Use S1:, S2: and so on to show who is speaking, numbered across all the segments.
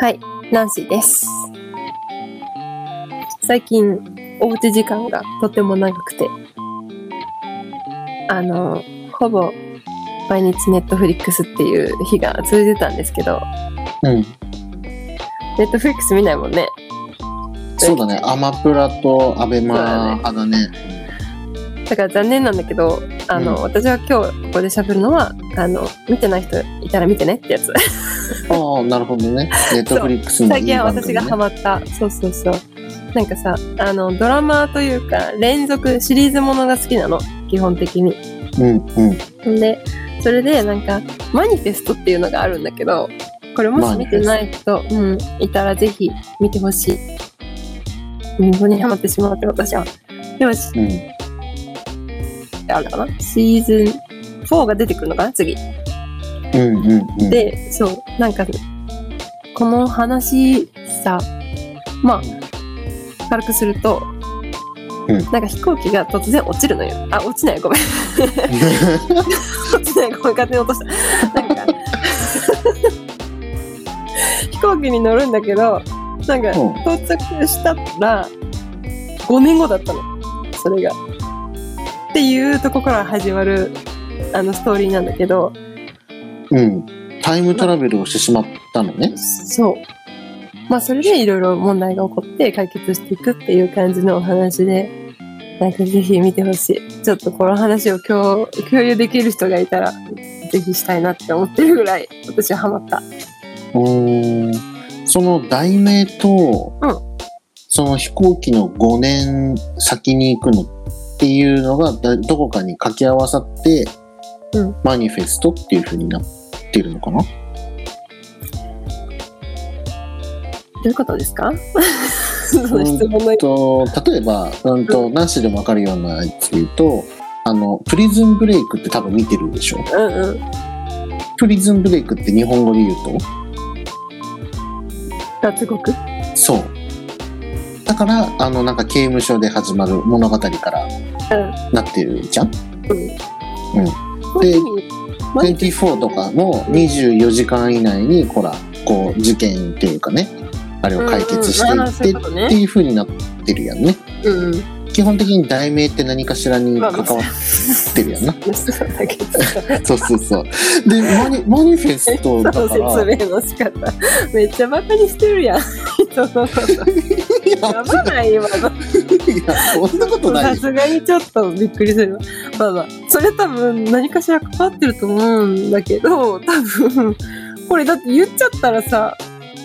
S1: はい、ナンシーです。最近、おうち時間がとても長くて、あの、ほぼ毎日ネットフリックスっていう日が続いてたんですけど、
S2: うん。
S1: ネットフリックス見ないもんね。
S2: そうだね。アマプラとアベ
S1: そうだね
S2: マ派だね。
S1: だから残念なんだけど、あの、
S2: うん
S1: 私は今日ここで喋るのは、あの、見てない人いたら見てねってやつ。
S2: ああ、なるほどね。ネットフリックスの
S1: 最
S2: いい
S1: 近は
S2: 番組、ね。
S1: 私がハマった。そうそうそう。なんかさ、あの、ドラマというか、連続シリーズものが好きなの。基本的に。
S2: うんうん。
S1: んで、それでなんか、マニフェストっていうのがあるんだけど、これもし見てない人、うん、いたらぜひ見てほしい。うん、これにハマってしまうって私は。でも、し
S2: うん。
S1: あれかなシーズン4が出てくるのかな次。
S2: うんうんうん。、
S1: で、そう、なんか、この話さ、まあ、軽くすると、
S2: うん
S1: なんか飛行機が突然落ちるのよ。あ、落ちない、ごめん。 落ちない、ごめん、勝手に落とした。なんか、 飛行機に乗るんだけど、なんか、
S2: うん
S1: 到着したら、5年後だったの。それが。っていうとこから始まる、あの、ストーリーなんだけど、
S2: うん。タイムトラベルをしてしまったのね。
S1: そう。まあそれでいろいろ問題が起こって解決していくっていう感じのお話で、なんかぜひ見てほしい。ちょっとこの話を共共有できる人がいたら、ぜひしたいなって思ってるぐらい、私はハマった。
S2: うーん。その題名と、
S1: うん
S2: その飛行機の5年先に行くのっていうのがだどこかに掛け合わさって、
S1: うん
S2: マニフェストっていう風になってるのかな
S1: どういうことですか その質問の
S2: えっと例えば、うんと、何種でもわかるようなやつで言うと、あの、プリズンブレイクって多分見てるでしょ
S1: うんうん。
S2: プリズンブレイクって日本語で言う
S1: 脱獄
S2: とそう。だから、あの、なんか刑務所で始まる物語から
S1: うん
S2: なってるじゃん
S1: うん。そういう意味マニフェス
S2: ?24 とかも24時間以内に、ほら、こう、事件っていうかね、あれを解決して
S1: うんうんあーそうい
S2: いうっ
S1: こ
S2: て
S1: と
S2: っ
S1: ね
S2: ていう風になってるやんね。
S1: うんうん。
S2: 基本的に題名って何かしらに関わってるやんな。
S1: そうだけど、
S2: そうそうそう。で、マニマニフェスト だ
S1: そ
S2: か
S1: の説
S2: ら。
S1: 明の仕方。めっちゃバカにしてるやん。人のこと。
S2: いや
S1: やばない今の。
S2: いや、そんなことな
S1: さ
S2: いよ。
S1: すがにちょっとびっくりする。まあまあ、それ多分何かしら関わってると思うんだけど、多分、これだって言っちゃったらさ、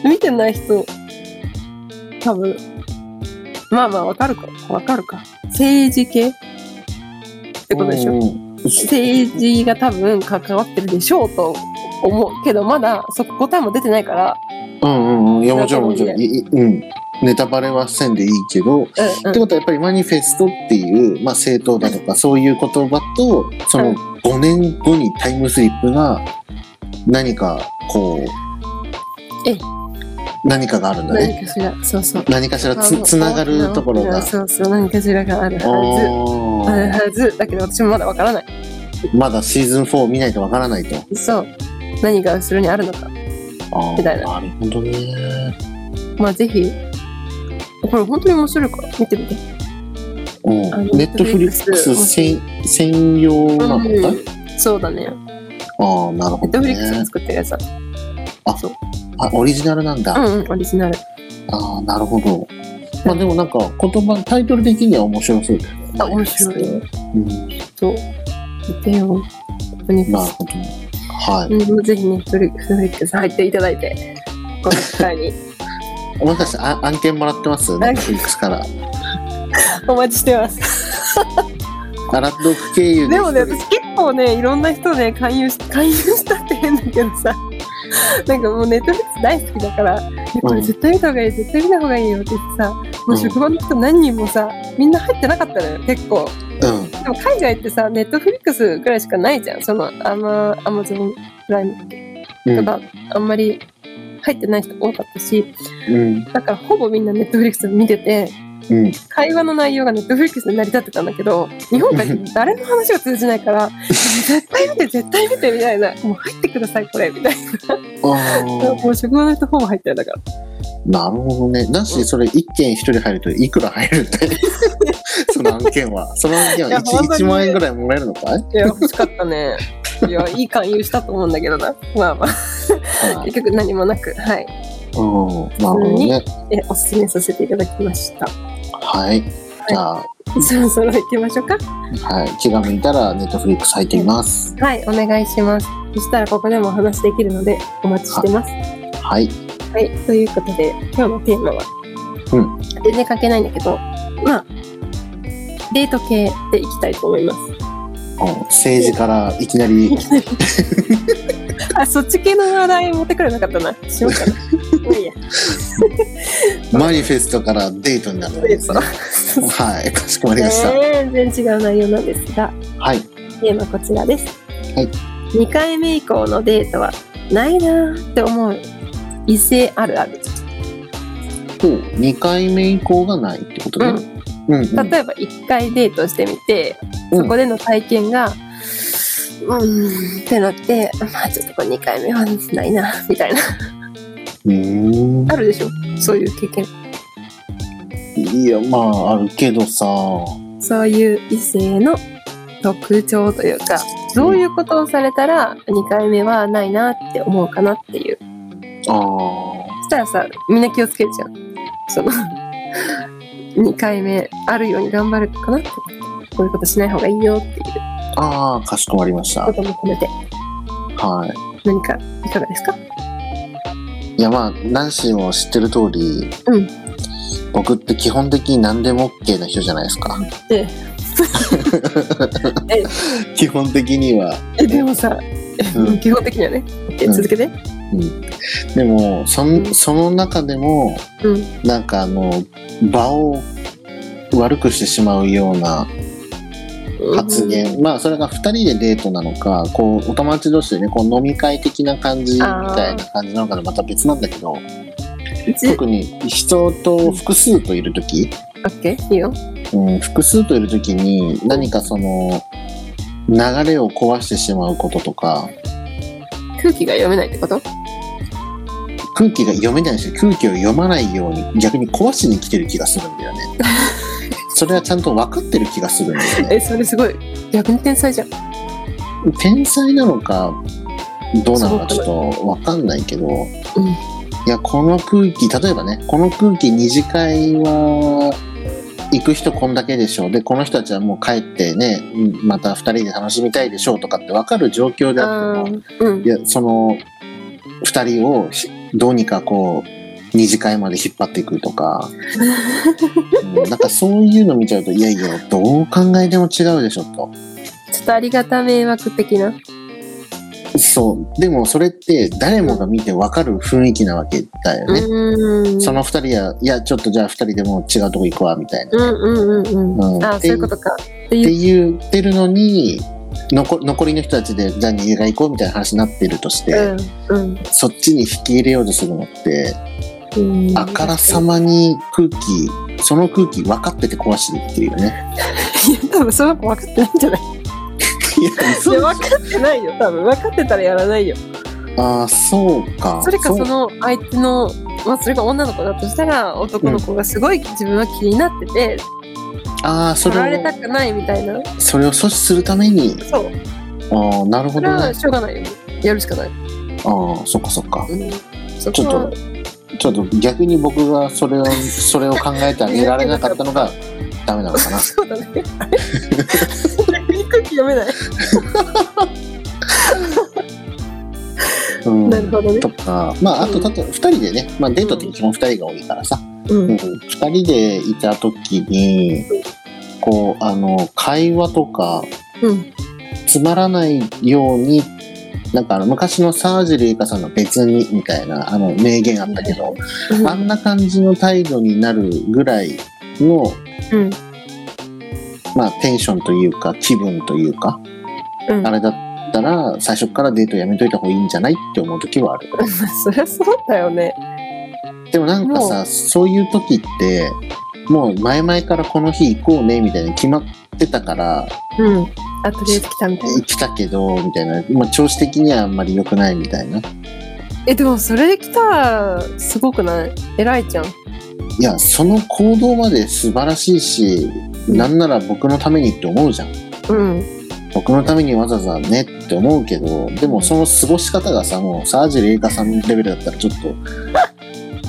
S1: 見てない人、多分、まあまあわかるか、わかるか。政治系ってことでしょ。
S2: うん
S1: 政治が多分関わってるでしょうと思うけど、まだそこ答えも出てないから、
S2: うんうんうん。いや、もちろんもちろん。いいうん。ネタバレはせんでいいけど、
S1: う
S2: っ
S1: んうん
S2: てことはやっぱりマニフェストっていう、まあ政党だとかそういう言葉と、その5年後にタイムスリップが何かこう、
S1: え
S2: 何かがあるんだね。
S1: 何かしら、そうそう。
S2: 何かしらつつながるところが。
S1: そうそう、何かしらがあるはず。
S2: あ
S1: ある
S2: ー
S1: はずだけど私もまだわからない
S2: まだシーズン4見ないとわからないと。
S1: そう何が後ろにあるのか
S2: あー
S1: みたいな
S2: なるほどね。
S1: まあぜひこれ本当に面白いから見てみて
S2: うん
S1: あの。
S2: ネットフリックス専専用なのかい
S1: そうだね
S2: ああ、なる
S1: ネ
S2: ほ
S1: ット
S2: ど
S1: フリックス
S2: ね
S1: が。作ってるやつだ
S2: あ、オリジナルなんだ。
S1: う
S2: あ
S1: んうんオリジナル
S2: あ、なるほど。まあでもなんか言葉、タイトル的には面白そうだよね。
S1: あ面白い
S2: うん。
S1: と見てよとに
S2: なる
S1: か
S2: ほど。は
S1: くうんぜひネットフリックス入っていただいてこの機 会に
S2: い。もしかしてあ案件もらってますネットフリックスから。
S1: お待ちしてます
S2: アラッドフ経由
S1: でもね
S2: 一人
S1: 私結構ねいろんな人ね勧誘し勧誘したって変だけどさ なんかもうネットフリックス大好きだからでこれ絶対見た方がいい絶対見た方がいいよって言ってさもう職場の人何人もさみんな入ってなかったのよ結構
S2: うん。
S1: でも海外ってさネットフリックスぐらいしかないじゃんそのアマアマゾンプライム
S2: う
S1: と
S2: ん。
S1: か、あんまり入ってない人多かったし
S2: うん。
S1: だからほぼみんなネットフリックス見てて
S2: うん。
S1: 会話の内容がネットフリックスで成り立ってたんだけど、日本から誰も話が通じないから、絶対見て、絶対見て、みたいな。もう入ってください、これ、みたい
S2: あ
S1: な。
S2: ー
S1: もう職場の人ほぼ入ってるんだから。
S2: なるほどね。だし、それ一件一人入るといくら入るんだい その案件 は。その案件
S1: いや
S2: は
S1: 本当
S2: 1,
S1: に
S2: 1万円ぐらいもらえるのかい
S1: いや、欲しかったね。いや、いい勧誘したと思うんだけどな。まあまあ、
S2: はい。
S1: 結局何もなく、はい。
S2: うん。なるほどね。
S1: え、おすすめさせていただきました。
S2: はい。じゃあ、
S1: そろそろ行きましょうか。
S2: はい、気が向いたらネットフリックス入っています。
S1: はい、お願いします。そしたらここでもお話できるので、お待ちしてます。
S2: はい。
S1: はい、ということで、今日のテーマは、
S2: うん
S1: 全然関係ないんだけど、まあ、デート系でいきたいと思います。
S2: うん政治からいきなり、
S1: あ、そっち系の話題持ってくれなかったな。しようかな。ま あいいや。
S2: マニフェストからデートになるわけ ですね。はい、かしこまりました。
S1: 全然違う内容なんですが、
S2: はい。
S1: テーマこちらです。
S2: はい
S1: 2回目以降のデートはないなーって思う異性あるある。
S2: そう、2回目以降がないってことね。うん、うん。
S1: 例えば1回デートしてみて、
S2: うん
S1: そこでの体験が、うーんってなって、まあちょっとこれ2回目はないな、みたいな。
S2: うーん
S1: あるでしょそういう経験。
S2: いや、まあ、あるけどさ、
S1: そういう異性の特徴というか、どういうことをされたら2回目はないなって思うかなっていう。
S2: ああ、
S1: そしたらさ、みんな気をつけるじゃん。その、2回目あるように頑張るかなとか、こういうことしない方がいいよっていう
S2: ああ、かしこまりました
S1: こ。とも込めて、
S2: は
S1: 何かいかがですか
S2: い。いや、まあ、ナンシーも知ってる通り、
S1: うん
S2: 僕って基本的に何でも OK な人じゃないですか。
S1: ええ
S2: 基本的には。
S1: え、でもさ、
S2: うん
S1: 基本的にはね。OK
S2: うん
S1: 続けて。
S2: でもそんその中でも
S1: うん。
S2: なんかあの場を悪くしてしまうような発言、まあそれが2人でデートなのかこうお友達同士でねこう飲み会的な感じみたいな感じなのかでまた別なんだけど
S1: うん。うち、
S2: 特に人と複数といる時、
S1: OK? いいよ。
S2: うん、複数といる時に何かその流れを壊してしまうこととか
S1: 空気が読めないってこと
S2: 空気が読めないし空気を読まないように逆に壊しに来てる気がするんだよねそれはちゃんと分かってる気がするんだよね
S1: え、それすごい。逆に天才じゃん。
S2: 天才なのかどうなのかちょっと分かんないけど、いやこの空気例えばねこの空気二次会は行く人こんだけでしょうでこの人たちはもう帰ってねうんまた2人で楽しみたいでしょうとかって分かる状況であって
S1: あ
S2: も
S1: ーうん
S2: い。や、その、二人をひどうにかこう、二次会まで引っ張っていくと か、うんなんかそういうの見ちゃうと、いやいや、どう考えても違うでしょ、と。
S1: ちょっとありがた迷惑的な。
S2: そう。でもそれって誰もが見てわかる雰囲気なわけだよ
S1: う
S2: ね。
S1: ーん。
S2: その二人や、いや、ちょっとじゃあ二人でもう違うとこ行くわ、みたいな。
S1: うんうんうんう。
S2: うんん
S1: あー、そういうことか。って
S2: って
S1: いう。
S2: 言ってるのに、残残りの人たちで、じゃあ逃げが行こうみたいな話になってるとして、
S1: うんうん
S2: そっちに引き入れようとするのって、
S1: うん。
S2: あからさまに空気その空気分かってて壊しに行ってるよね
S1: いや、多分その子分かってないんじゃない
S2: いや
S1: いや分かってないよ、多分。分かってたらやらないよ。
S2: ああそうか
S1: それか
S2: う
S1: その相手の、まあ、それが女の子だとしたら男の子がすごい自分は気になってて、
S2: ああそ
S1: 取ら
S2: れ
S1: れた
S2: を
S1: くないみたいな
S2: それを阻止するために
S1: そう
S2: ああなる
S1: そ
S2: ほ
S1: れ
S2: ど
S1: は
S2: ね
S1: しょうがないよやるしかない、
S2: ああそっかそっか
S1: うん、そ
S2: ち
S1: こ
S2: ょっ
S1: は
S2: とちょっと逆に僕が それをそれを考えてあげられなかったのがダメなのかな
S1: そうだねあれ逆に空気読めない、
S2: うん
S1: なるほどね
S2: とかまああとだと2人でね、まあ、デートって基本2人が多いからさ、
S1: うん
S2: うん、2人でいた時にこうあの会話とか
S1: うん
S2: つまらないようになんかあの昔の沢尻エカさんの「別に」みたいなあの名言あったけど、あんな感じの態度になるぐらいの、
S1: うん
S2: まあ、テンションというか気分というか、
S1: うん
S2: あれだったら最初からデートやめといた方がいいんじゃないって思う時はある。
S1: そりゃそうだよね
S2: でもなんか
S1: も
S2: さそういう時ってもう前々からこの日行こうねみたいな決まってたから
S1: うん。あ、とりあえず来たみたいな。
S2: 来たけどみたいな、まあ、調子的にはあんまり良くないみたいな
S1: え、でもそれで来たら、すごくない偉いじゃん。
S2: いやその行動まで素晴らしいしなんなら僕のためにって思うじゃん
S1: うん。
S2: 僕のためにわざわざねって思うけどでもその過ごし方がさもうサージレイカさんレベルだったらちょっと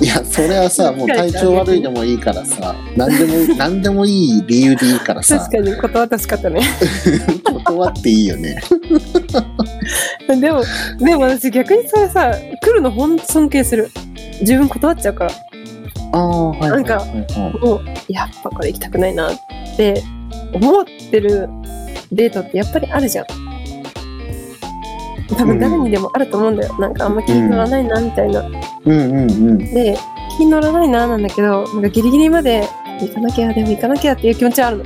S2: いやそれはさもう体調悪いでもいいからさ何でも 何でもいい理由でいいからさ
S1: 確かに断ったしかったね。
S2: 断っていいよね
S1: でも、でも私逆にそれさ、来るのほんと尊敬する。自分断っちゃうから。
S2: ああはい
S1: なんか
S2: はいはいはい
S1: もう、やっぱこれ行きたくないなって思ってるデートってやっぱりあるじゃん。多分誰にでもあると思うんだよ。なんかあんま気に乗らないなみたいな。
S2: うんうんうん
S1: で、気に乗らないななんだけど、なんかギリギリまで行かなきゃ、でも行かなきゃっていう気持ちはあるの。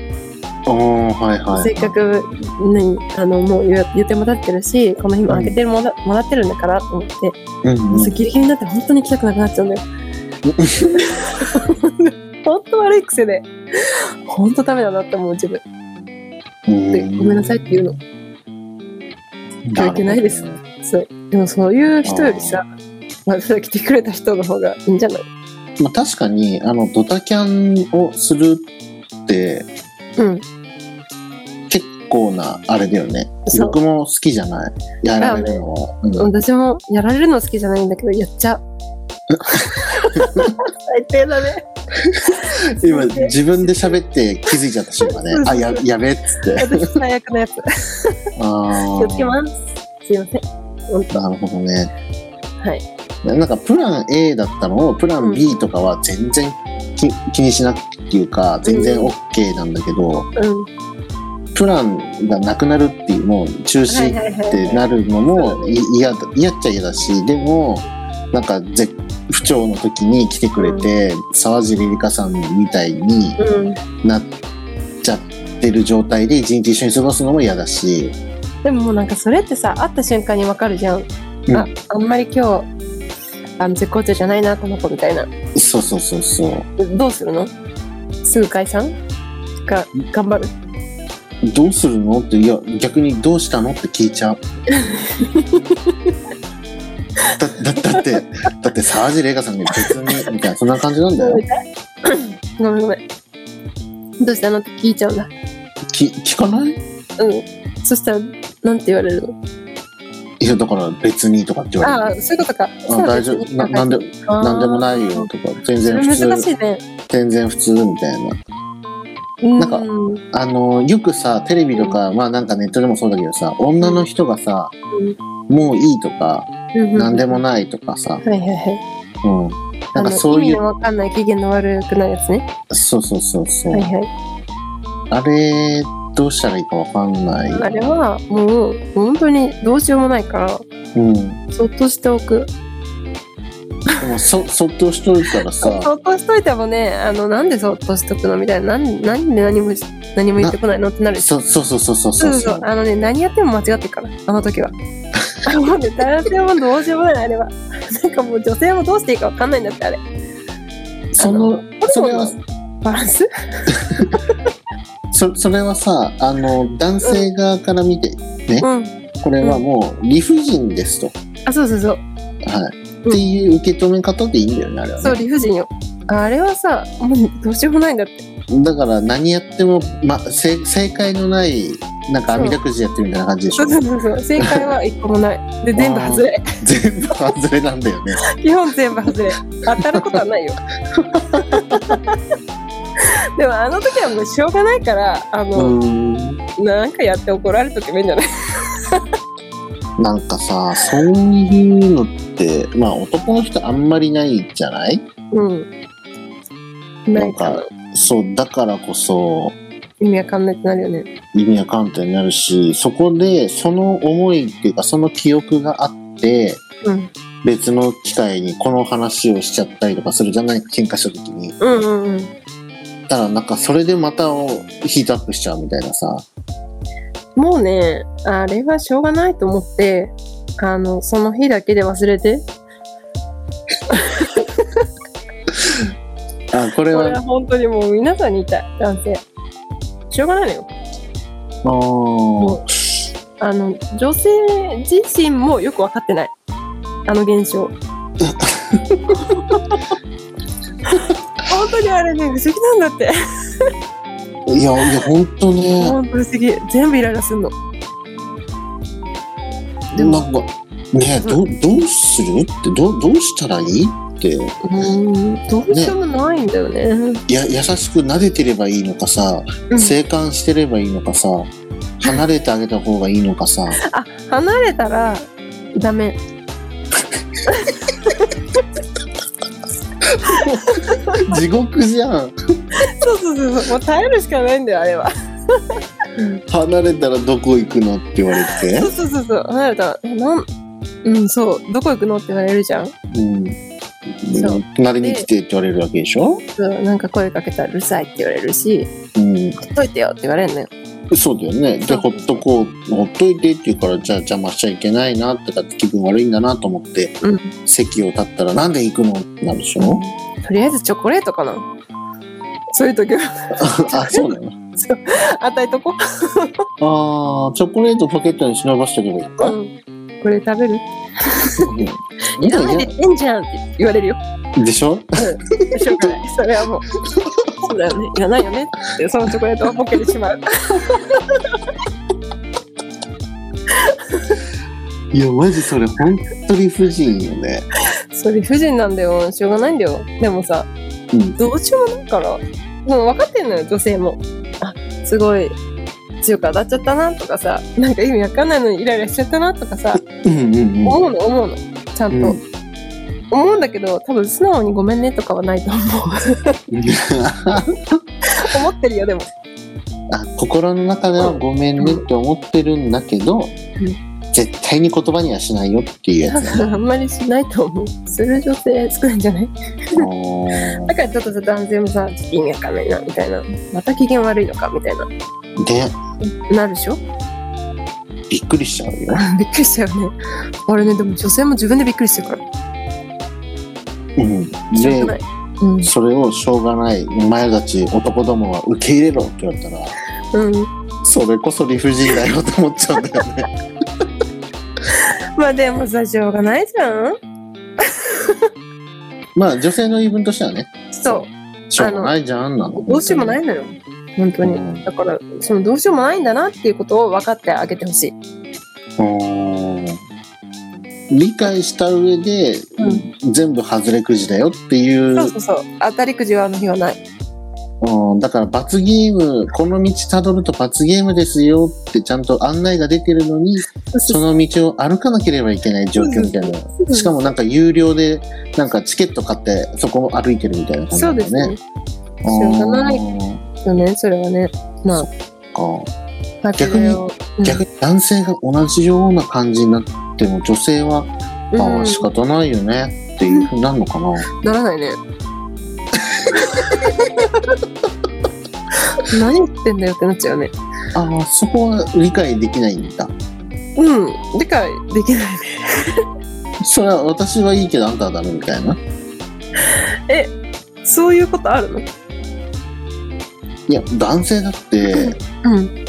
S2: ああはいはい
S1: せっかく、何、あの、もう予予定も立ってるし、この日も開けてるもら、もらってるんだからと思って、
S2: うんうん
S1: そうギリギリになって本当に行きたくなくなっちゃうんだよ。本当悪い癖で、本当ダメだなって思う自分。ってごめんなさいって言うの。
S2: なる
S1: い
S2: ほどね
S1: けないですそう。でもそういう人よりさ、まあ、それ来てくれた人の方がいいんじゃない
S2: まあ、確かにあのドタキャンをするって
S1: うん。
S2: 結構なあれだよね
S1: そう
S2: 僕も好きじゃないやられるのは、うん
S1: 私もやられるの好きじゃないんだけど、やっち ゃう。最低だね。
S2: 今自分で喋って気づいちゃった瞬間ね
S1: そうそ
S2: あ
S1: う
S2: ややべえっつって
S1: 私最悪のやつ。気
S2: あ
S1: をつけ
S2: ー
S1: ます。すいません。
S2: なるほどね
S1: はい
S2: なんかプラン A だったのをプラン B とかは全然き気にしなくっていうか全然 OK なんだけ
S1: う
S2: ど、
S1: ん。
S2: プランがなくなるっていうもう中
S1: は
S2: 止
S1: いはい
S2: っ
S1: は
S2: てなるのもい嫌だ嫌っちゃ嫌だしでもなんかぜ不調の時に来てくれて、沢尻梨香さんみたいに
S1: い。うん。
S2: なっちゃってる状態で一日一緒に過ごすのも嫌だし
S1: でももうなんかそれってさ、会った瞬間にわかるじゃん。
S2: うん
S1: あ、あんまり今日、あの、絶好調じゃないな、この子みたいな。
S2: そうそうそうそう
S1: どうするのすぐ解散か、頑張る
S2: どうするのっていや逆にどうしたのって聞いちゃう。だだだってだって沢尻梨香さんが別にみたいなそんな感じなんだよ
S1: ごめんごめん。どうしたのって聞いちゃうんだ。
S2: き聞かない
S1: うん。そしたら、なんて言われるの
S2: いやだから別にとかって言わ
S1: ああ、
S2: れて
S1: そういうことか。
S2: あ大丈夫ななんでなんでも
S1: い。
S2: ないよとか全
S1: そ
S2: 然
S1: れ
S2: 普通
S1: 難しいね。
S2: 全然普通みたいな
S1: な
S2: なんかあのよくさテレビとかまあなんかネットでもそうだけどさ女の人がさ、もういいとか、なんでも
S1: な
S2: ないとかさ、
S1: い。はいはいはい。
S2: うん、なんかそう
S1: あの意味
S2: い
S1: の
S2: う
S1: わかんない、機嫌の悪くないやつね。
S2: そうそうそうそう、
S1: はいはい。
S2: あれどうしたらいいかわかんない、
S1: あれは、もう、本当にどうしようもないから、
S2: うん、で
S1: そっとしておく。
S2: もそ そっとしといたらさ
S1: そっとしといてもね、あの、なんでそっとしとくのみたいな。なんなんで何も、何も言ってこないのってなるし。
S2: そそうそうそうそう
S1: そ
S2: そうう
S1: そうそうあのね何やっても間違ってるからあの時はもうね男性もどうしようもないあれはなんかもう女性もどうしていいか分かんないんだってあれ
S2: そのそ
S1: ホ
S2: れ
S1: ルモ
S2: は
S1: ンのバランス
S2: そそれはさあの男性側から見て
S1: うん
S2: これはもう理不尽ですと、
S1: あそうそうそう
S2: はい、っていう受け止め方でいいんだよねあれは
S1: そう
S2: ね
S1: 理不尽よあれはさもうどうしようもないんだって
S2: だから何やっても、ま、正正解のないなんか
S1: そう
S2: 網だくじやってるみたいな感じでし
S1: そ
S2: ょ
S1: うそうそうそう正解は一個もないで全部外れ
S2: 全部外れなんだ よね
S1: 基本全部外れ当たることはないよでもあの時はもうしょうがないからあ
S2: う
S1: の、
S2: ー
S1: なんかやって怒られとけばいいんじゃない
S2: んなんかさそういうのってまあ男の人あんまりないじゃない
S1: うんないか
S2: な
S1: なん
S2: そうだからこそ
S1: 意味わかんないってなるよね。
S2: 意味は観点になるしそこでその思いっていうかその記憶があって
S1: うん。
S2: 別の機会にこの話をしちゃったりとかするじゃん何か喧嘩した時に
S1: うんうんうん。
S2: たらなんかそれでまたをヒートアップしちゃうみたいなさ
S1: もうね、あれはしょうがないと思って、あの、その日だけで忘れて。
S2: あ、これ
S1: こ
S2: は
S1: れは、本当にもう皆さんに言いたい男性しょうがないのよ
S2: あ
S1: も
S2: ー
S1: うあの女性自身もよく分かってないあの現 象本当にあれね不思議なんだって
S2: いや、いや、本当ね。
S1: 本当不思議全部イライラすんのでも
S2: なんか、ね、ど、どうするって、ど、どうしたらいいって、
S1: うんどうしようもないんだよね
S2: や、優しく撫でてればいいのかさ、
S1: うん
S2: 静観してればいいのかさ、離れてあげた方がいいの かさ、
S1: あ離れたらダメ
S2: 地獄じゃん。
S1: そうそうそうそうもう耐えるしかないんだよあれは
S2: 離れたらどこ行くのって言われ
S1: そ
S2: て
S1: うそうそうそう離れたらえなんうんそうどこ行くのって言われるじゃん、
S2: うん
S1: そう
S2: うん。隣に来てって言われるわけでしょ
S1: そうなんか声かけたらうるさいって言われるし
S2: うん。
S1: ほっといてよって言われるのよ
S2: そうだよね。で、ほっとこう、ほっといてって言うから、じゃあ邪魔しちゃいけないなとかって気分悪いんだなと思って、
S1: うん
S2: 席を立ったらなんで行くのってなるで しょ
S1: とりあえずチョコレートかなそういう時は
S2: あ、そうなの
S1: 与えとこ、
S2: ああ、チョコレートポケットに忍ばして おけばいいのか。
S1: これ食べる
S2: うん
S1: いらないでええんじゃんって言われるよ
S2: でしょ
S1: しょうがないそれはもうそうだよねいらないよねってそのチョコレートはボケてしまう
S2: いや、マジそれ、本当に不尽よね。
S1: それ不人なんだよしょうがないんだよでもさ
S2: うん。
S1: どうしようもないからもう分かってんのよ女性もあすごい強く当たっちゃったなとかさなんか意味わかんないのにイライラしちゃったなとかさ
S2: うんうんうん。
S1: 思うの思うのちゃんと、
S2: うん
S1: 思うんだけど多分素直にごめんねとかはないと思う思ってるよでも
S2: あ心の中ではごめんねって思ってるんだけど、絶対に言葉にはしないよっていうや
S1: 多
S2: つ。
S1: 分あんまりしないと思うする女性少ないんじゃないだからちょっとさ男性もさちょっと意味わかんないなみたいなまた機嫌悪いのかみたいな
S2: で、
S1: なるでしょ
S2: びっくりしちゃうよ。
S1: びっくりしたよねあれねでも女性も自分でびっくりしてるから
S2: うん。
S1: しょうがな
S2: で
S1: い、うん
S2: それをしょうがない、お前たち男どもは受け入れろって言われたら、
S1: うん、
S2: それこそ理不尽だよと思っちゃうんだよね。
S1: まあでもさしょうがないじゃん
S2: まあ女性の言い分としてはね、
S1: そ
S2: しょうがないじゃんなの。
S1: うどうしようもないいのよ本当に、
S2: うん
S1: だからそのどうしようもないんだなっていうことを分かってあげてほしい
S2: 理解した上で、全部外れくじだよっていう
S1: そうそうそう当たりくじはあの日はない
S2: うん、だから罰ゲーム、この道たどると罰ゲームですよってちゃんと案内が出てるのに、その道を歩かなければいけない状況みたいな。しか
S1: も
S2: もなんか有料で、なんかチケット買ってそこを歩いてるみたいな感じ
S1: そ
S2: だ
S1: う
S2: ね。
S1: ですね。
S2: あー。
S1: しょうがないよねそれはねまあ
S2: そっか
S1: 家庭をうん
S2: 逆に男性が同じような感じになっても女性は、あ
S1: う
S2: あ
S1: ん
S2: 仕方ないよねっていうふうになるのか
S1: な
S2: な。
S1: らないね何言ってんだよってなっちゃうね
S2: ああ、そこは理解できないんだ。
S1: うん理解できないね
S2: それは私はいいけどあんたはダメみたいな。
S1: そういうことあるの
S2: いや、男性だって、
S1: うん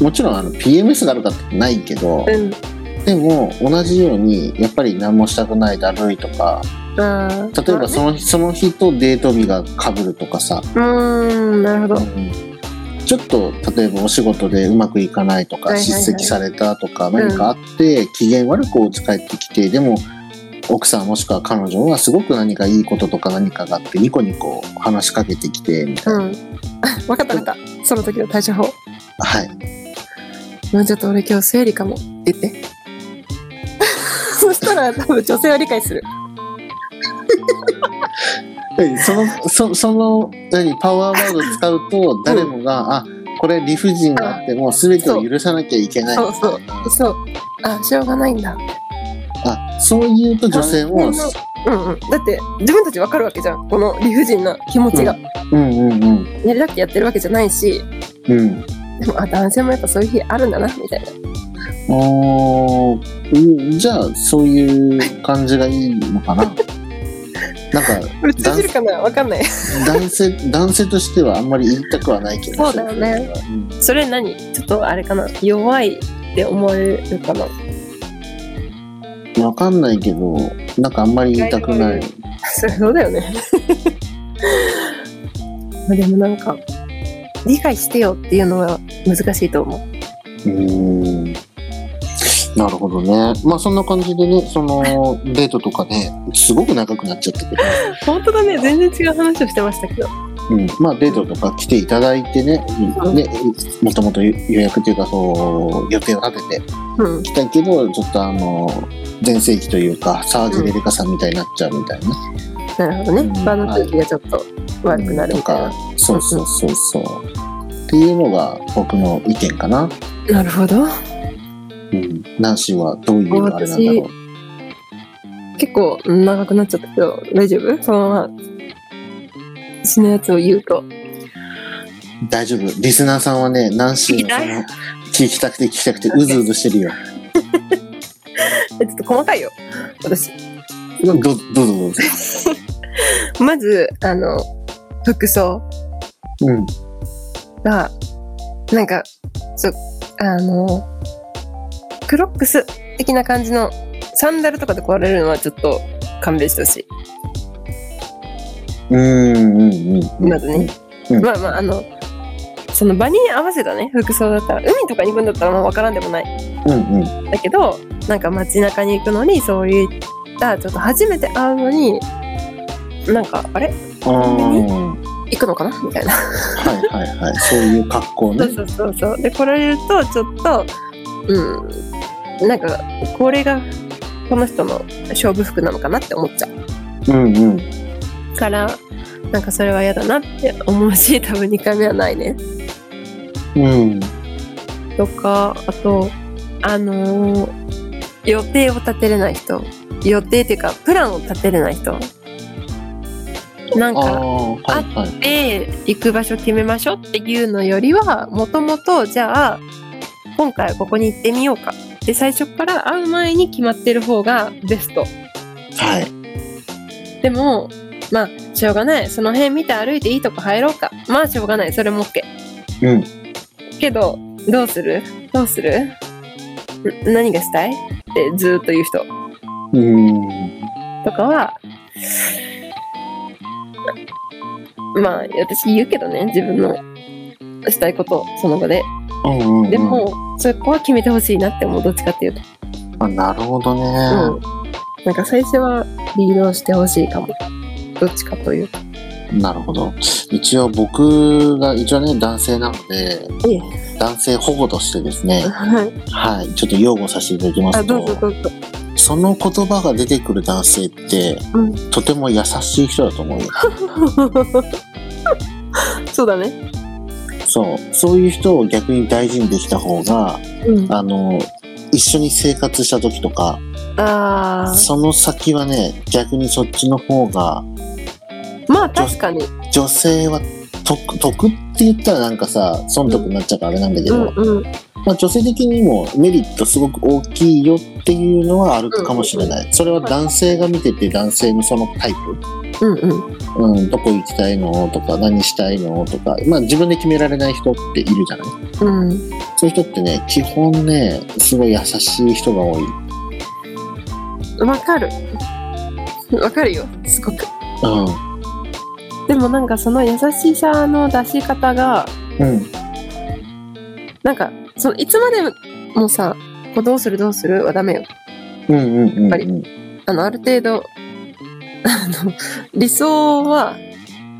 S2: もちろんあの PMS があるかってないけ
S1: う
S2: ど、
S1: ん
S2: でも同じようにやっぱり何もしたくないだるいとか
S1: あー
S2: 例えばその,、その日とデート日がかぶるとかさ、
S1: うーんなるほど
S2: うんちょっと例えばお仕事でうまくいかないとか、
S1: はいはいはい
S2: 叱責されたとか何かあって、機嫌悪くお家帰ってきてでも奥さんもしくは彼女はすごく何かいいこととか何かがあってニコニコ話しかけてきてみたいな、
S1: うん 分かった分かったその時の対処法
S2: はい
S1: もうちょっと俺今日生理かもって言って そしたら多分女性は理解する
S2: えそのそその何パワーワード使うと誰もが、あこれ理不尽があってもう全てを許さなきゃいけない
S1: そうそうそうあしょうがないんだ
S2: あそういうと女性も
S1: 男性うんうんだって自分たち分かるわけじゃんこの理不尽な気持ちが、
S2: うんうんうん
S1: やりたくてやってるわけじゃないし
S2: うん
S1: でもあ男性もやっぱそういう日あるんだなみたいな
S2: おーうんじゃあそういう感じがいいのかななんか、
S1: これ通じるかなわかんない。
S2: 男性、男性としてはあんまり言いたくはないけど。
S1: そうだよね
S2: そういうのは。
S1: それ何ちょっとあれかな弱いって思えるかな
S2: うんわかんないけど、なんかあんまり言いたくない。
S1: そりゃそうだよね。まあでもなんか、理解してよっていうのは難しいと思う。
S2: うーん。なるほどね。まあそんな感じでね、その、デートとかね、すごく長くなっちゃったけど、
S1: 本当だね、全然違う話をしてましたけど。
S2: うん、まあデートとか来ていただいてね、
S1: うん
S2: ね、もともと予約というか、そう、予定を立てて
S1: うん。
S2: 来たけど、ちょっとあの、全盛期というか、サージ・レデカさんみたいになっちゃうみたいな。
S1: なるほど
S2: う
S1: ね。
S2: ん
S1: 場の空気がちょっと悪くなるみたい
S2: とかそうそうそうそうっていうのが僕の意見かな、
S1: な。なるほど。
S2: うん、ナンシーはどういうあれなんだろう
S1: 結構長くなっちゃったけど、大丈夫そのまま。私のやつを言うと。
S2: 大丈夫リスナーさんはねナンシーのそ
S1: 嫌
S2: の聞きたくて聞きたくてうずうずしてるよ
S1: えちょっと細かいよ。私。
S2: どどうぞどうぞ
S1: まず、あの、服装。
S2: うん
S1: が、なんか、そう、あの、クロックス的な感じの、サンダルとかで壊れるのはちょっと勘弁してほしい。
S2: うんうんうん
S1: まずね
S2: うん
S1: まあまあ、あの、その場に合わせたね、服装だったら、海とかに行くんだったらまあわからんでもない。
S2: うんうん
S1: だけど、なんか街中に行くのに、そういった、ちょっと初めて会うのに、なんか、あれ
S2: あー
S1: 行くのかなみたいな。
S2: はいはいはいそういう格好
S1: そ
S2: ね
S1: うそうそうそう。で、来られると、ちょっと、うん、なんか、これが、この人の勝負服なのかなって思っちゃ
S2: うんうん
S1: うから、なんかそれは嫌だなって思うし、多分2回目はないね。
S2: うん
S1: とか、あと、あのー予定を立てれない人。予定っていうか、プランを立てれない人。なん
S2: ああ
S1: か、
S2: はいはい
S1: で、行く場所決めましょうっていうのよりは、もともと、じゃあ、今回はここに行ってみようか。で、最初から会う前に決まってる方がベスト。
S2: はい
S1: でも、まあ、しょうがない。その辺見て歩いていいとこ入ろうか。まあ、しょうがない。それも OK。
S2: うん
S1: けど、どうするどうするん何がしたいってずーっと言う人
S2: うん
S1: とかは、まあ、私言うけどね、自分のしたいことをその場で。
S2: うんうん
S1: でも、そこは決めてほしいなって思う、どっちかっていうと。
S2: あなるほどね、
S1: うん。なんか最初はリードしてほしいかも。どっちかというと。
S2: なるほど。一応僕が一応ね男性なので
S1: え
S2: 男性保護としてですね
S1: え。、はい。
S2: はい、ちょっと擁護させていただきま
S1: あ、
S2: す
S1: どうぞ
S2: と、
S1: どうぞ。
S2: その言葉が出てくる男性って、
S1: うん
S2: とても優しい人だと思うよ。
S1: そうだね。
S2: そう、そういう人を逆に大事にできた方が、
S1: うん。
S2: あの一緒に生活した時とか、
S1: ああ。
S2: その先はね逆にそっちの方が
S1: まあ確かに。
S2: 女性は得得って言ったらなんかさ損得になっちゃうからあれなんだけ
S1: う
S2: ど。
S1: んうん。
S2: まあ、女性的にもメリットすごく大きいよっていうのはあるかもしれない、それは男性が見てて男性のそのタイ
S1: うんうん。
S2: プ、うん、どこ行きたいのとか何したいのとか、まあ、自分で決められない人っているじゃない
S1: うん。
S2: そういう人ってね基本ねすごい優しい人が多い、
S1: わかる。わかるよ。すごく。でもなんかその優しさの出し方が、
S2: うんうん、
S1: なんか、そのいつまでもさ、こうどうするどうするはダメよ。
S2: うんうんうん
S1: ぱ
S2: うん
S1: あの、ある程度、 あの、理想は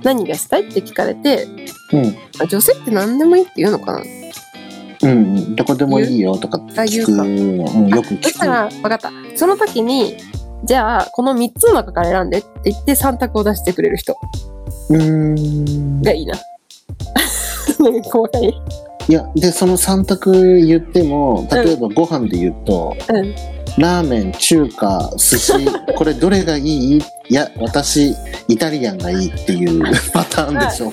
S1: 何がしたいって聞かれて、
S2: うん
S1: あ女性って何でもいいって言うのかな
S2: うんうんどこでもいいよとか
S1: あ言
S2: 聞
S1: う
S2: く
S1: か
S2: の、うん、よく
S1: そ
S2: 聞
S1: した
S2: く
S1: ら、分かった。その時に、じゃあ、この3つの中から選んでって言って3択を出してくれる人
S2: うーん
S1: がいいな。 なんか怖い。
S2: いやでその3択言っても例えばご飯で言うと、
S1: うん。
S2: ラーメン、中華、寿 司、これどれがいいいや、私、イタリアンがいいっていうパターンでしょ。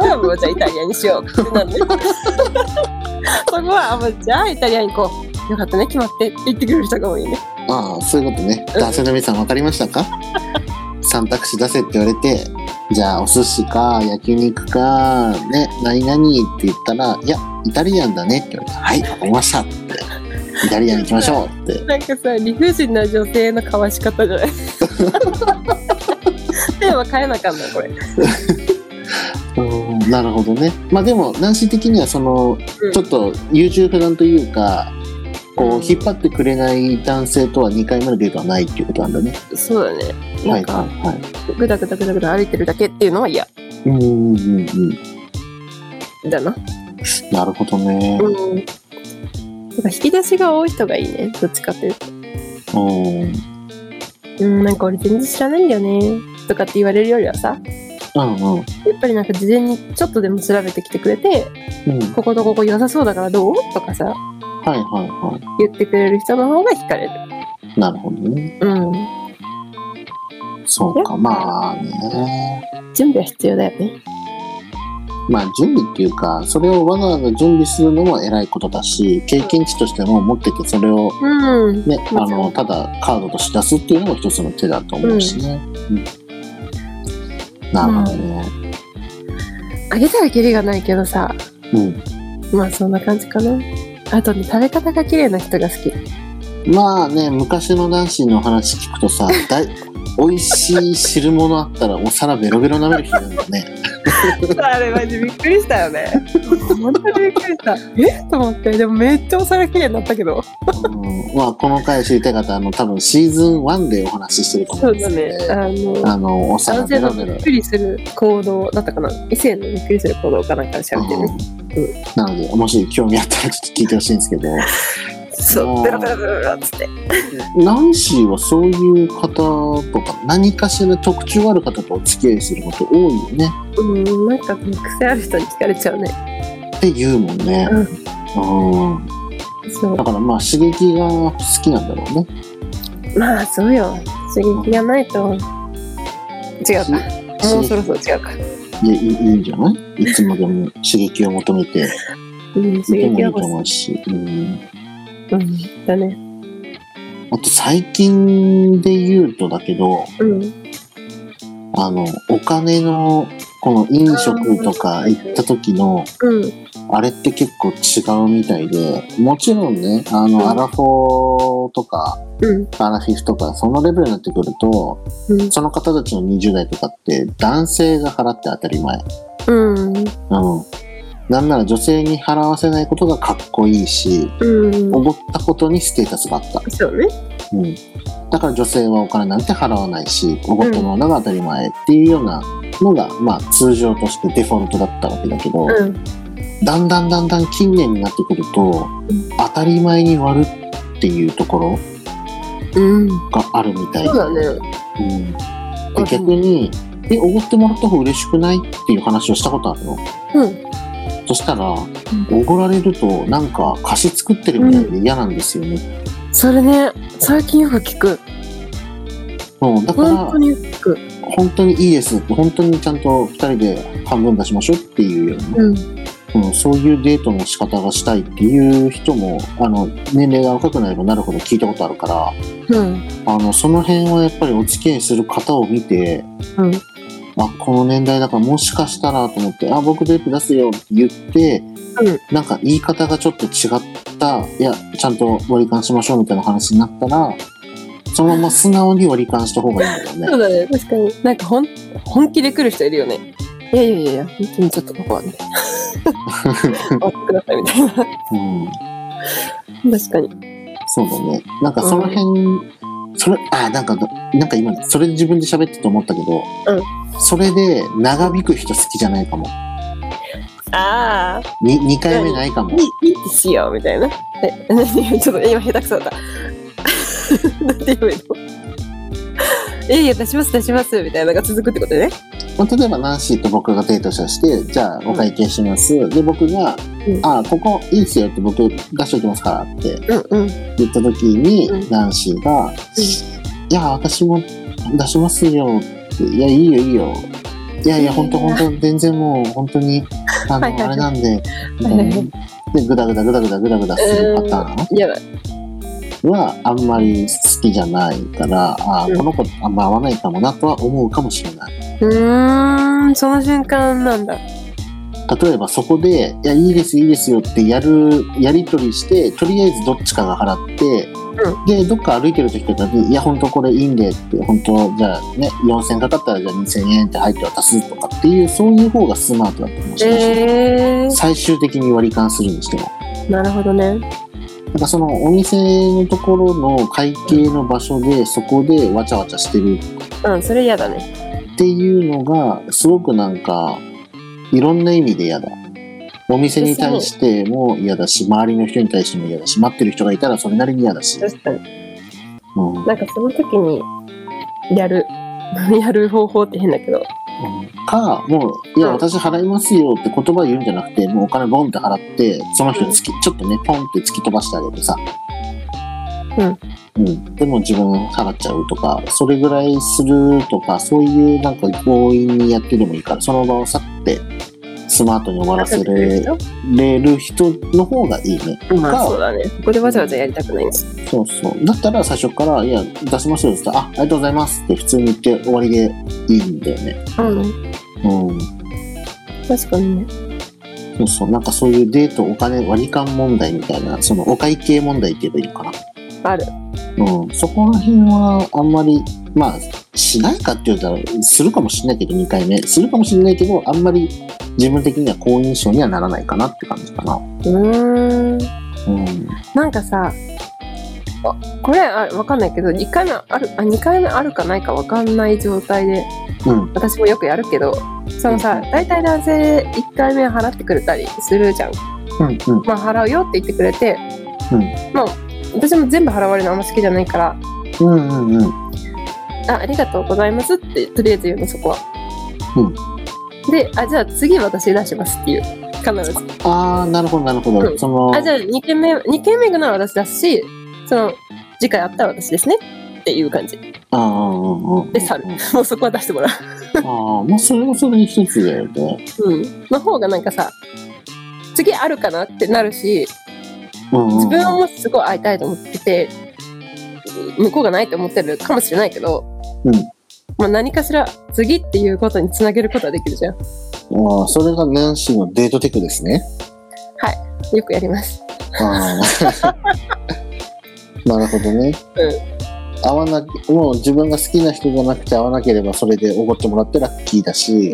S1: じゃあ、もうじゃあイタリアにしようってな るね。そこは、あもうじゃあイタリアに行こう。よかったね、決まってって言ってくれる人が多いね。
S2: ああ、そういうことね。
S1: うん
S2: 男性の皆さん分かりましたか三択肢出せって言われて、じゃあお寿司か焼肉か、ね、何々って言ったら、いや、イタリアンだねって言われて、はい、わかりましたって。イタリアン行きましょうって。
S1: なんかさ理不尽な女性のかわし方じゃない テーマ変えなかんのこれ、
S2: うんなるほどね。まあでも、男子的にはその、
S1: うん
S2: ちょっと優柔不断というか、こ
S1: う
S2: うん引っ張ってくれない男性とは2回目のデートはないっていうことなんだね。
S1: そうだね
S2: は
S1: ないんか
S2: はいはい。
S1: ぐだぐだぐだぐだ歩いてるだけっていうのは嫌
S2: うんうんうんうん。
S1: だな
S2: なるほどね。
S1: うんなんか引き出しが多い人がいいねどっちかというと
S2: うん。
S1: うんなんか俺全然知らないんだよねとかって言われるよりはさ
S2: うんうん。
S1: やっぱりなんか事前にちょっとでも調べてきてくれて
S2: うん。
S1: こことここ良さそうだからどうとかさ
S2: はいはいは
S1: 言ってくれる人の方が惹かれる
S2: い。なるほどね。
S1: うん
S2: そうか、まあね。
S1: 準備は必要だよね
S2: まあ準備っていうか、それをわざわざ準備するのも偉いことだし、経験値としても持ってて、それを
S1: うん
S2: ね、あ
S1: もちろん
S2: の、ただカードとして出すっていうのも一つの手だと思うしね。うんなるほどね。
S1: あげたらキリがないけどさ
S2: うん。
S1: まあそんな感じかなあとね食べ方が綺麗な人が好き
S2: まあね、昔の男子の話聞く とさ、だい美味しい汁物あったらお皿ベロベロ舐める人いるんだね。
S1: あれマジびっくりしたよね本当にびっくりしたえと思ってでもめっちゃお皿綺麗になったけど
S2: うん、まあ、この回知りたい方、あの、多分シーズン1でお話ししてると思
S1: そううん
S2: で
S1: だ
S2: す
S1: ね
S2: けど、
S1: あの
S2: あの、お皿
S1: 男
S2: ベ
S1: 性
S2: ロ
S1: の
S2: ベ
S1: び
S2: ロ
S1: っ。くりする行動だったかな異性のびっくりする行動かなんかで調べてる、
S2: うんなので、もし興味あったらちょっと聞いてほしいんですけど、
S1: そうベロベロベロベロっつって
S2: 男子はそういう方とか、何かしら特徴ある方とお付き合いすること多いよね。
S1: うんなんか癖ある人に聞かれちゃうね
S2: って言うもんね。うん。
S1: そう
S2: だからまあ刺激が好きなんだろうね。
S1: まあそうよ刺激がないと違うかもうそろそろ違うか
S2: いやいいいいんじゃないいつまでも刺激を求めて、
S1: うん
S2: い
S1: 刺
S2: ても
S1: 激
S2: い
S1: が
S2: いと
S1: 欲しい
S2: 思うし。うん。
S1: うんだね
S2: あと最近で言うとだけど、
S1: うん
S2: あの、お金の、この飲食とか行った時の、
S1: うん
S2: あれって結構違うみたいで、もちろんね、あ
S1: うん
S2: の、アラフォーとか、
S1: うん
S2: アラフィフとか、そのレベルになってくると、
S1: うん
S2: その方たちの20代とかって、男性が払って当たり前。
S1: うん
S2: うん。なんなら女性に払わせないことがかっこいいし、
S1: うん
S2: 思ったことにステータスがあった。
S1: そうね
S2: うん。だから女性はお金なんて払わないし、おごったものが当たり前っていうようなのが、まあ通常としてデフォルトだったわけだけど、
S1: うん
S2: だんだんだんだん近年になってくると、
S1: うん
S2: 当たり前に割るっていうところ
S1: うん
S2: があるみたい
S1: そうだね
S2: うん
S1: あ
S2: で逆に、え、おごってもらった方が嬉しくないっていう話をしたことあるの。
S1: うん
S2: そしたら、おごられると、なんか貸し作ってるみたいで嫌なんですよね。
S1: それね最近よく聞く
S2: うん、だから、
S1: 本当
S2: 本
S1: によく聞く
S2: 当にいいですって、本当にちゃんと二人で半分出しましょうっていうような、
S1: うん
S2: うん、そういうデートの仕方がしたいっていう人も、あの、年齢が若くなればなるほど聞いたことあるから、
S1: うん
S2: あの、その辺はやっぱりお付き合いする方を見て、
S1: うん
S2: あ、この年代だからもしかしたらと思って、あ、僕デート出すよって言って、
S1: うん
S2: なんか言い方がちょっと違った、いや、ちゃんと割り勘しましょうみたいな話になったら、そのまま素直に割り勘した方がいいんだ
S1: そ
S2: よ
S1: う
S2: ね。
S1: だね確かになんかほん本気で来る人いるよねいやいやいやいや本当にちょっとここはねお待ちくださいみたいな確
S2: うん。
S1: かに
S2: そうだね。なんかその辺、それ、あ、なんか、なんか今、それで自分で喋ってて思ったけど、それで長引く人好きじゃないかも。
S1: ああ
S2: に、2回目ないかも。
S1: ににってしようみたいなえ何ちょっと今下手くそだったなんて言えばいいのいやいや出します出しますみたいなのが続くってことね
S2: まあ、例えばナンシーと僕がデートしたしてじゃあお会計します、で僕が「
S1: うん
S2: あここいいっすよ」って僕出しておきますからって
S1: うんうん
S2: 言った時に、
S1: うん
S2: ナンシーが「いや私も出しますよ」って「いやいいよいいよ」いやいや、本当本当全然もう、本 当に、あの、
S1: はいはいはい
S2: あれなんで、み
S1: はいはい
S2: た
S1: い
S2: な
S1: は
S2: で、ぐだぐだぐだぐだぐだぐだするパターン、
S1: いやだ
S2: はあんまり好きじゃないから、あー
S1: うん
S2: この子あんま合わないかもなとは思うかもしれない。
S1: うーん、その瞬間なんだ。
S2: 例えばそこで、いや、いいです、いいですよってやる、やり取りして、とりあえずどっちかが払って、
S1: う
S2: で、どっか歩いてる時とかに、いや、本当これいいんでって、本当じゃあね、4000円かかったらじゃあ2000円って入って渡すとかっていう、そういう方がスマートだと思うし、
S1: えー、
S2: 最終的に割り勘するにしても。
S1: なるほどね。
S2: なんかそのお店のところの会計の場所でそこでわちゃわちゃしてる
S1: うん、それ嫌だね。
S2: っていうのがすごくなんかいろんな意味で嫌だ。お店に対しても嫌だし、周りの人に対しても嫌だし、待ってる人がいたらそれなりに嫌だし。
S1: 確かに。
S2: うんうん
S1: なんかその時に、やる。 やる方法って変だけど。
S2: か、もう、いや、
S1: うん
S2: 私払いますよって言葉言うんじゃなくて、もうお金ボンって払って、その人突き、ちょっとね、ポンって突き飛ばしてあげてさ。うん。うん。でも自分払っちゃうとか、それぐらいするとか、そういうなんか強引にやってでもいいから、その場を去って、スマートに終わらせれる人の方がいいね。
S1: まあそうだね。ここでわざわざやりたくないんです。
S2: そうそう。だったら最初から、いや、出しますよって言ったら、あ、ありがとうございますって普通に言って終わりでいいんだよね。
S1: うん。
S2: うん。
S1: 確かにね。
S2: そうそう、なんかそういうデートお金割り勘問題みたいな、そのお会計問題って言えばいいのか
S1: ある。
S2: な。うん、そこら辺はあんまり、まあ、しないかって言ったら、するかもしれないけど、2回目。するかもしれないけど、あんまり自分的には好印象にはならないかなって感じかな。
S1: うーん。
S2: うん。
S1: なんかさ、あこれあわかんないけど、1回目ある、あ、2回目あるかないかわかんない状態で、
S2: うん。
S1: 私もよくやるけど、そのさ、大体男性1回目払ってくれたりするじゃん。
S2: うん。うん。
S1: まあ払うよって言ってくれて、
S2: うん
S1: まあ私も全部払われるのあんま好きじゃないから、
S2: うん。うん。うん。
S1: あありがとうございますってとりあえず言うのそこは。
S2: うん
S1: であじゃあ次私出しますっていう必ず。
S2: あー、なるほど、なるほど。
S1: うん
S2: その、
S1: あじゃあ2件目二件目なら私出すしその次回あったら私ですねっていう感じ。
S2: あー、うんうんうん。
S1: で去る
S2: うん
S1: もうそこは出してもらう。
S2: あー、まあ、それもそれ一つだよね。
S1: うん、の方がなんかさ次あるかなってなるし
S2: うんうんうん。
S1: 自分はもうすごい会いたいと思ってて向こうがないと思ってるかもしれないけど、
S2: うん
S1: まあ、何かしら次っていうことにつなげることはできるじゃん。
S2: あーそれがナンシーのデートテクですね。
S1: よくやります。
S2: ああなるほどね。
S1: うん
S2: 合わなきもう自分が好きな人じゃなくて会わなければそれでおごってもらってラッキーだし、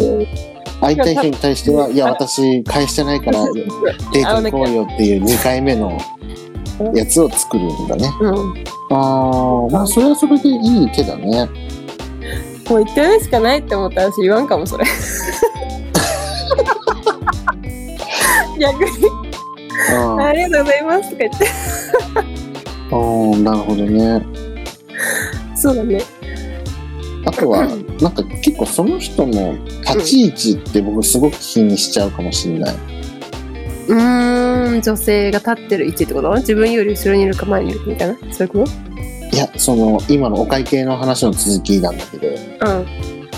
S2: 会いたい人に対しては「いや私返してないからデート行こうよ」っていう2回目のやつを作るんだね。
S1: うん
S2: ああまあそれはそれでいい手だね。
S1: もう1回目しかないって思ったら私言わんかもそ れ逆に「
S2: あ
S1: ありがとうございます」とか言って
S2: あうんなるほどね。
S1: そうだね
S2: あとはなんか結構その人の立ち位置って僕すごく気にしちゃうかもしれない。
S1: うーん女性が立ってる位置ってこと自分より後ろにいるか前にいるかみたいなそういうこ
S2: いや、その、今のお会計の話の続きなんだけど、
S1: とうん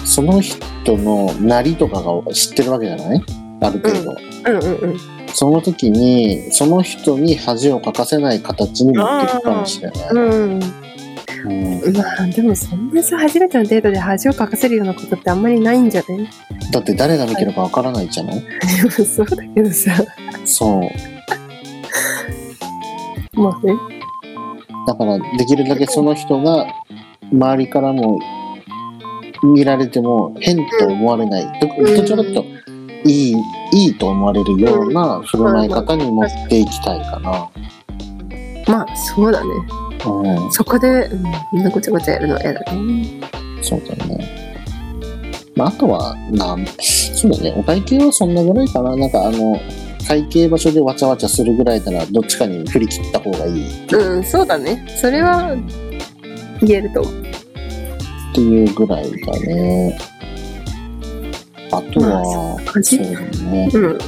S2: その人のなりとかが知ってるわけじゃないある程度。
S1: うんうんうん
S2: その時に、その人に恥をかかせない形に持っていくかもしれない。
S1: うん
S2: うん
S1: まあでもそんなさ初めてのデートで恥をかかせるようなことってあんまりないんじゃね
S2: だって誰が見てるかわからないじゃない、
S1: でもそうだけどさ
S2: そう。
S1: まあね
S2: だから、できるだけその人が、周りからも、見られても変と思われない。ど
S1: うん
S2: どちらかというと、いい、いいと思われるような振る舞い方に持っていきたいかな。
S1: まあそうだね
S2: うん
S1: そこで、うん、みんなごちゃごちゃやるのは嫌だね
S2: そうだね。まあ、あとは、なん、そうだね。お会計はそんなぐらいかな。なんかあの、会計場所でわちゃわちゃするぐらいなら、どっちかに振り切った方がいいっ
S1: うんそうだねそれは言えると思う
S2: ていうぐらいだね。あとは、
S1: 感
S2: そ
S1: じ
S2: うだね。
S1: うん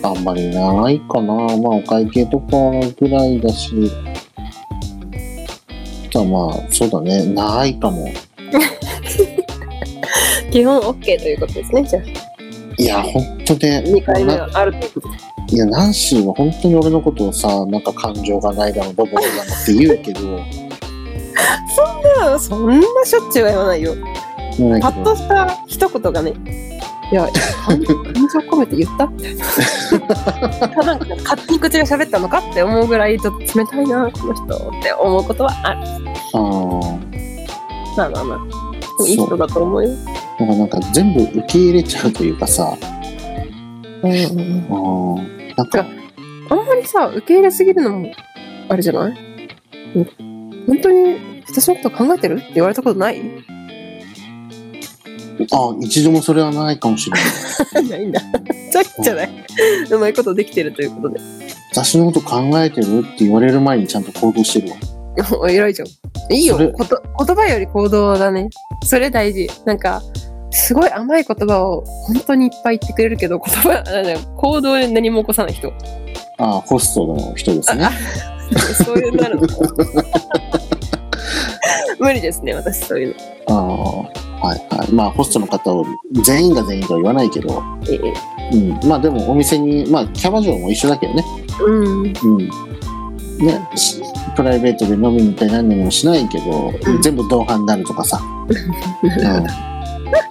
S2: あんまりないかな。まあ、お会計とかぐらいだし。あとはまあ、そうだね。ないかも。
S1: 基本 OK ということですねじゃあ
S2: いや、ほんとね。
S1: 2回目はあるということ
S2: いや、ナンシーは本当に俺のことをさ、なんか感情がないだの、ボボだのって言うけど、
S1: そんなしょっちゅうは言わないよ。
S2: 言わない
S1: パ
S2: け
S1: ッ
S2: ど
S1: とした一言がね、いや、感情感情込めて言ったみたい な。なんか勝手に口が喋ったのかって思うぐらい、ちょっと冷たいな、この人って思うことはある。
S2: あ
S1: まあまあまあ。でもいい人だと思うよ。
S2: あ、なんかなんか全部受け入れちゃうというかさ、
S1: うん
S2: あーなんか、
S1: あんまりさ、受け入れすぎるのも、あれじゃないうん本当に私のこと考えてるって言われたことない
S2: あ一度もそれはないかも しれない。
S1: ないんだ。じゃじゃない。 うまいことできてるということで。
S2: 私のこと考えてるって言われる前にちゃんと行動してるわ。
S1: お偉いじゃん。いいよ。
S2: それ
S1: こと言葉より行動だね。それ大事。なんか、すごい甘い言葉を本当にいっぱい言ってくれるけど、言葉、あの行動で何も起こさない人。
S2: ああ、ホストの人ですね。
S1: そういうなるの。無理ですね、私そういうの。
S2: ああ、はいはい。まあ、ホストの方を全員が全員とは言わないけど、
S1: ええ
S2: うん。まあでもお店に、まあ、キャバ嬢も一緒だけどね。
S1: うん。
S2: うん。ね、しプライベートで飲みに行ったり何年もしないけど、
S1: うん
S2: 全部同伴になるとかさ。うん。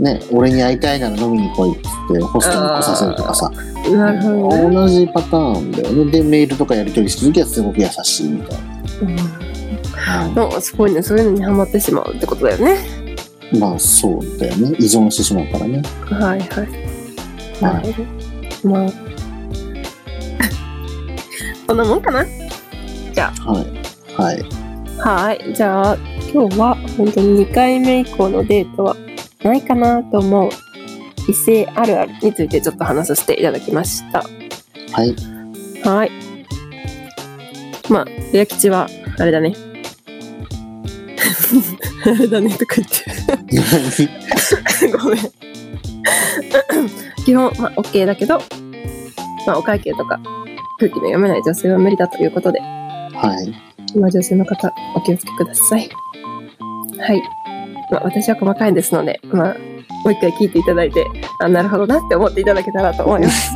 S2: ね、俺に会いたいなら飲みに来いっつってホストに来させるとかさ、
S1: なるほどね。
S2: 同じパターンだよねでメールとかやり取りする時はすごく優しいみたいな、うん
S1: うん、すごいね、そういうのにハマってしまうってことだよね。
S2: まあそうだよね依存してしまうからね
S1: はいはい。なるほど。まあ。こんなもんかな
S2: はいはい
S1: はい。じゃあ、今日は本当に2回目以降のデートはないかなと思う異性あるあるについてちょっと話させていただきました。
S2: はい
S1: はい。まあ、親吉は、あれだね。 あれだねとか言って。 ごめん。基本、まあ、OK だけど、まあ、お会計とか空気の読めない女性は無理だということで、
S2: はい
S1: 今女性の方お気をつけくださいはい、まあ、私は細かいですので、まあ、もう一回聞いていただいてあなるほどなって思っていただけたらと思います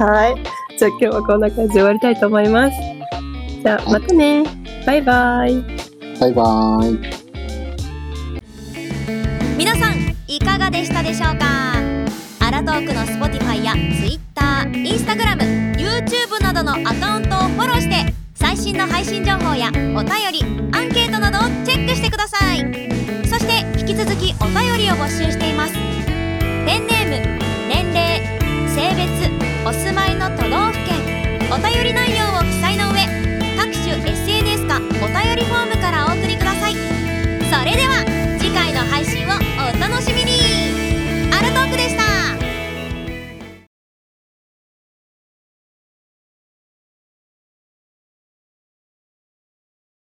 S1: はいじゃあ今日はこんな感じで終わりたいと思いますじゃあまたねバイバイ
S2: バイバーイ
S3: 皆さんいかがでしたでしょうかアラトークの Spotify や TwitterInstagramYouTube などのアカウントをフォローして最新の配信情報やお便りアンケートなどをチェックしてくださいそして引き続きお便りを募集していますペンネーム年齢性別お住まいの都道府県お便り内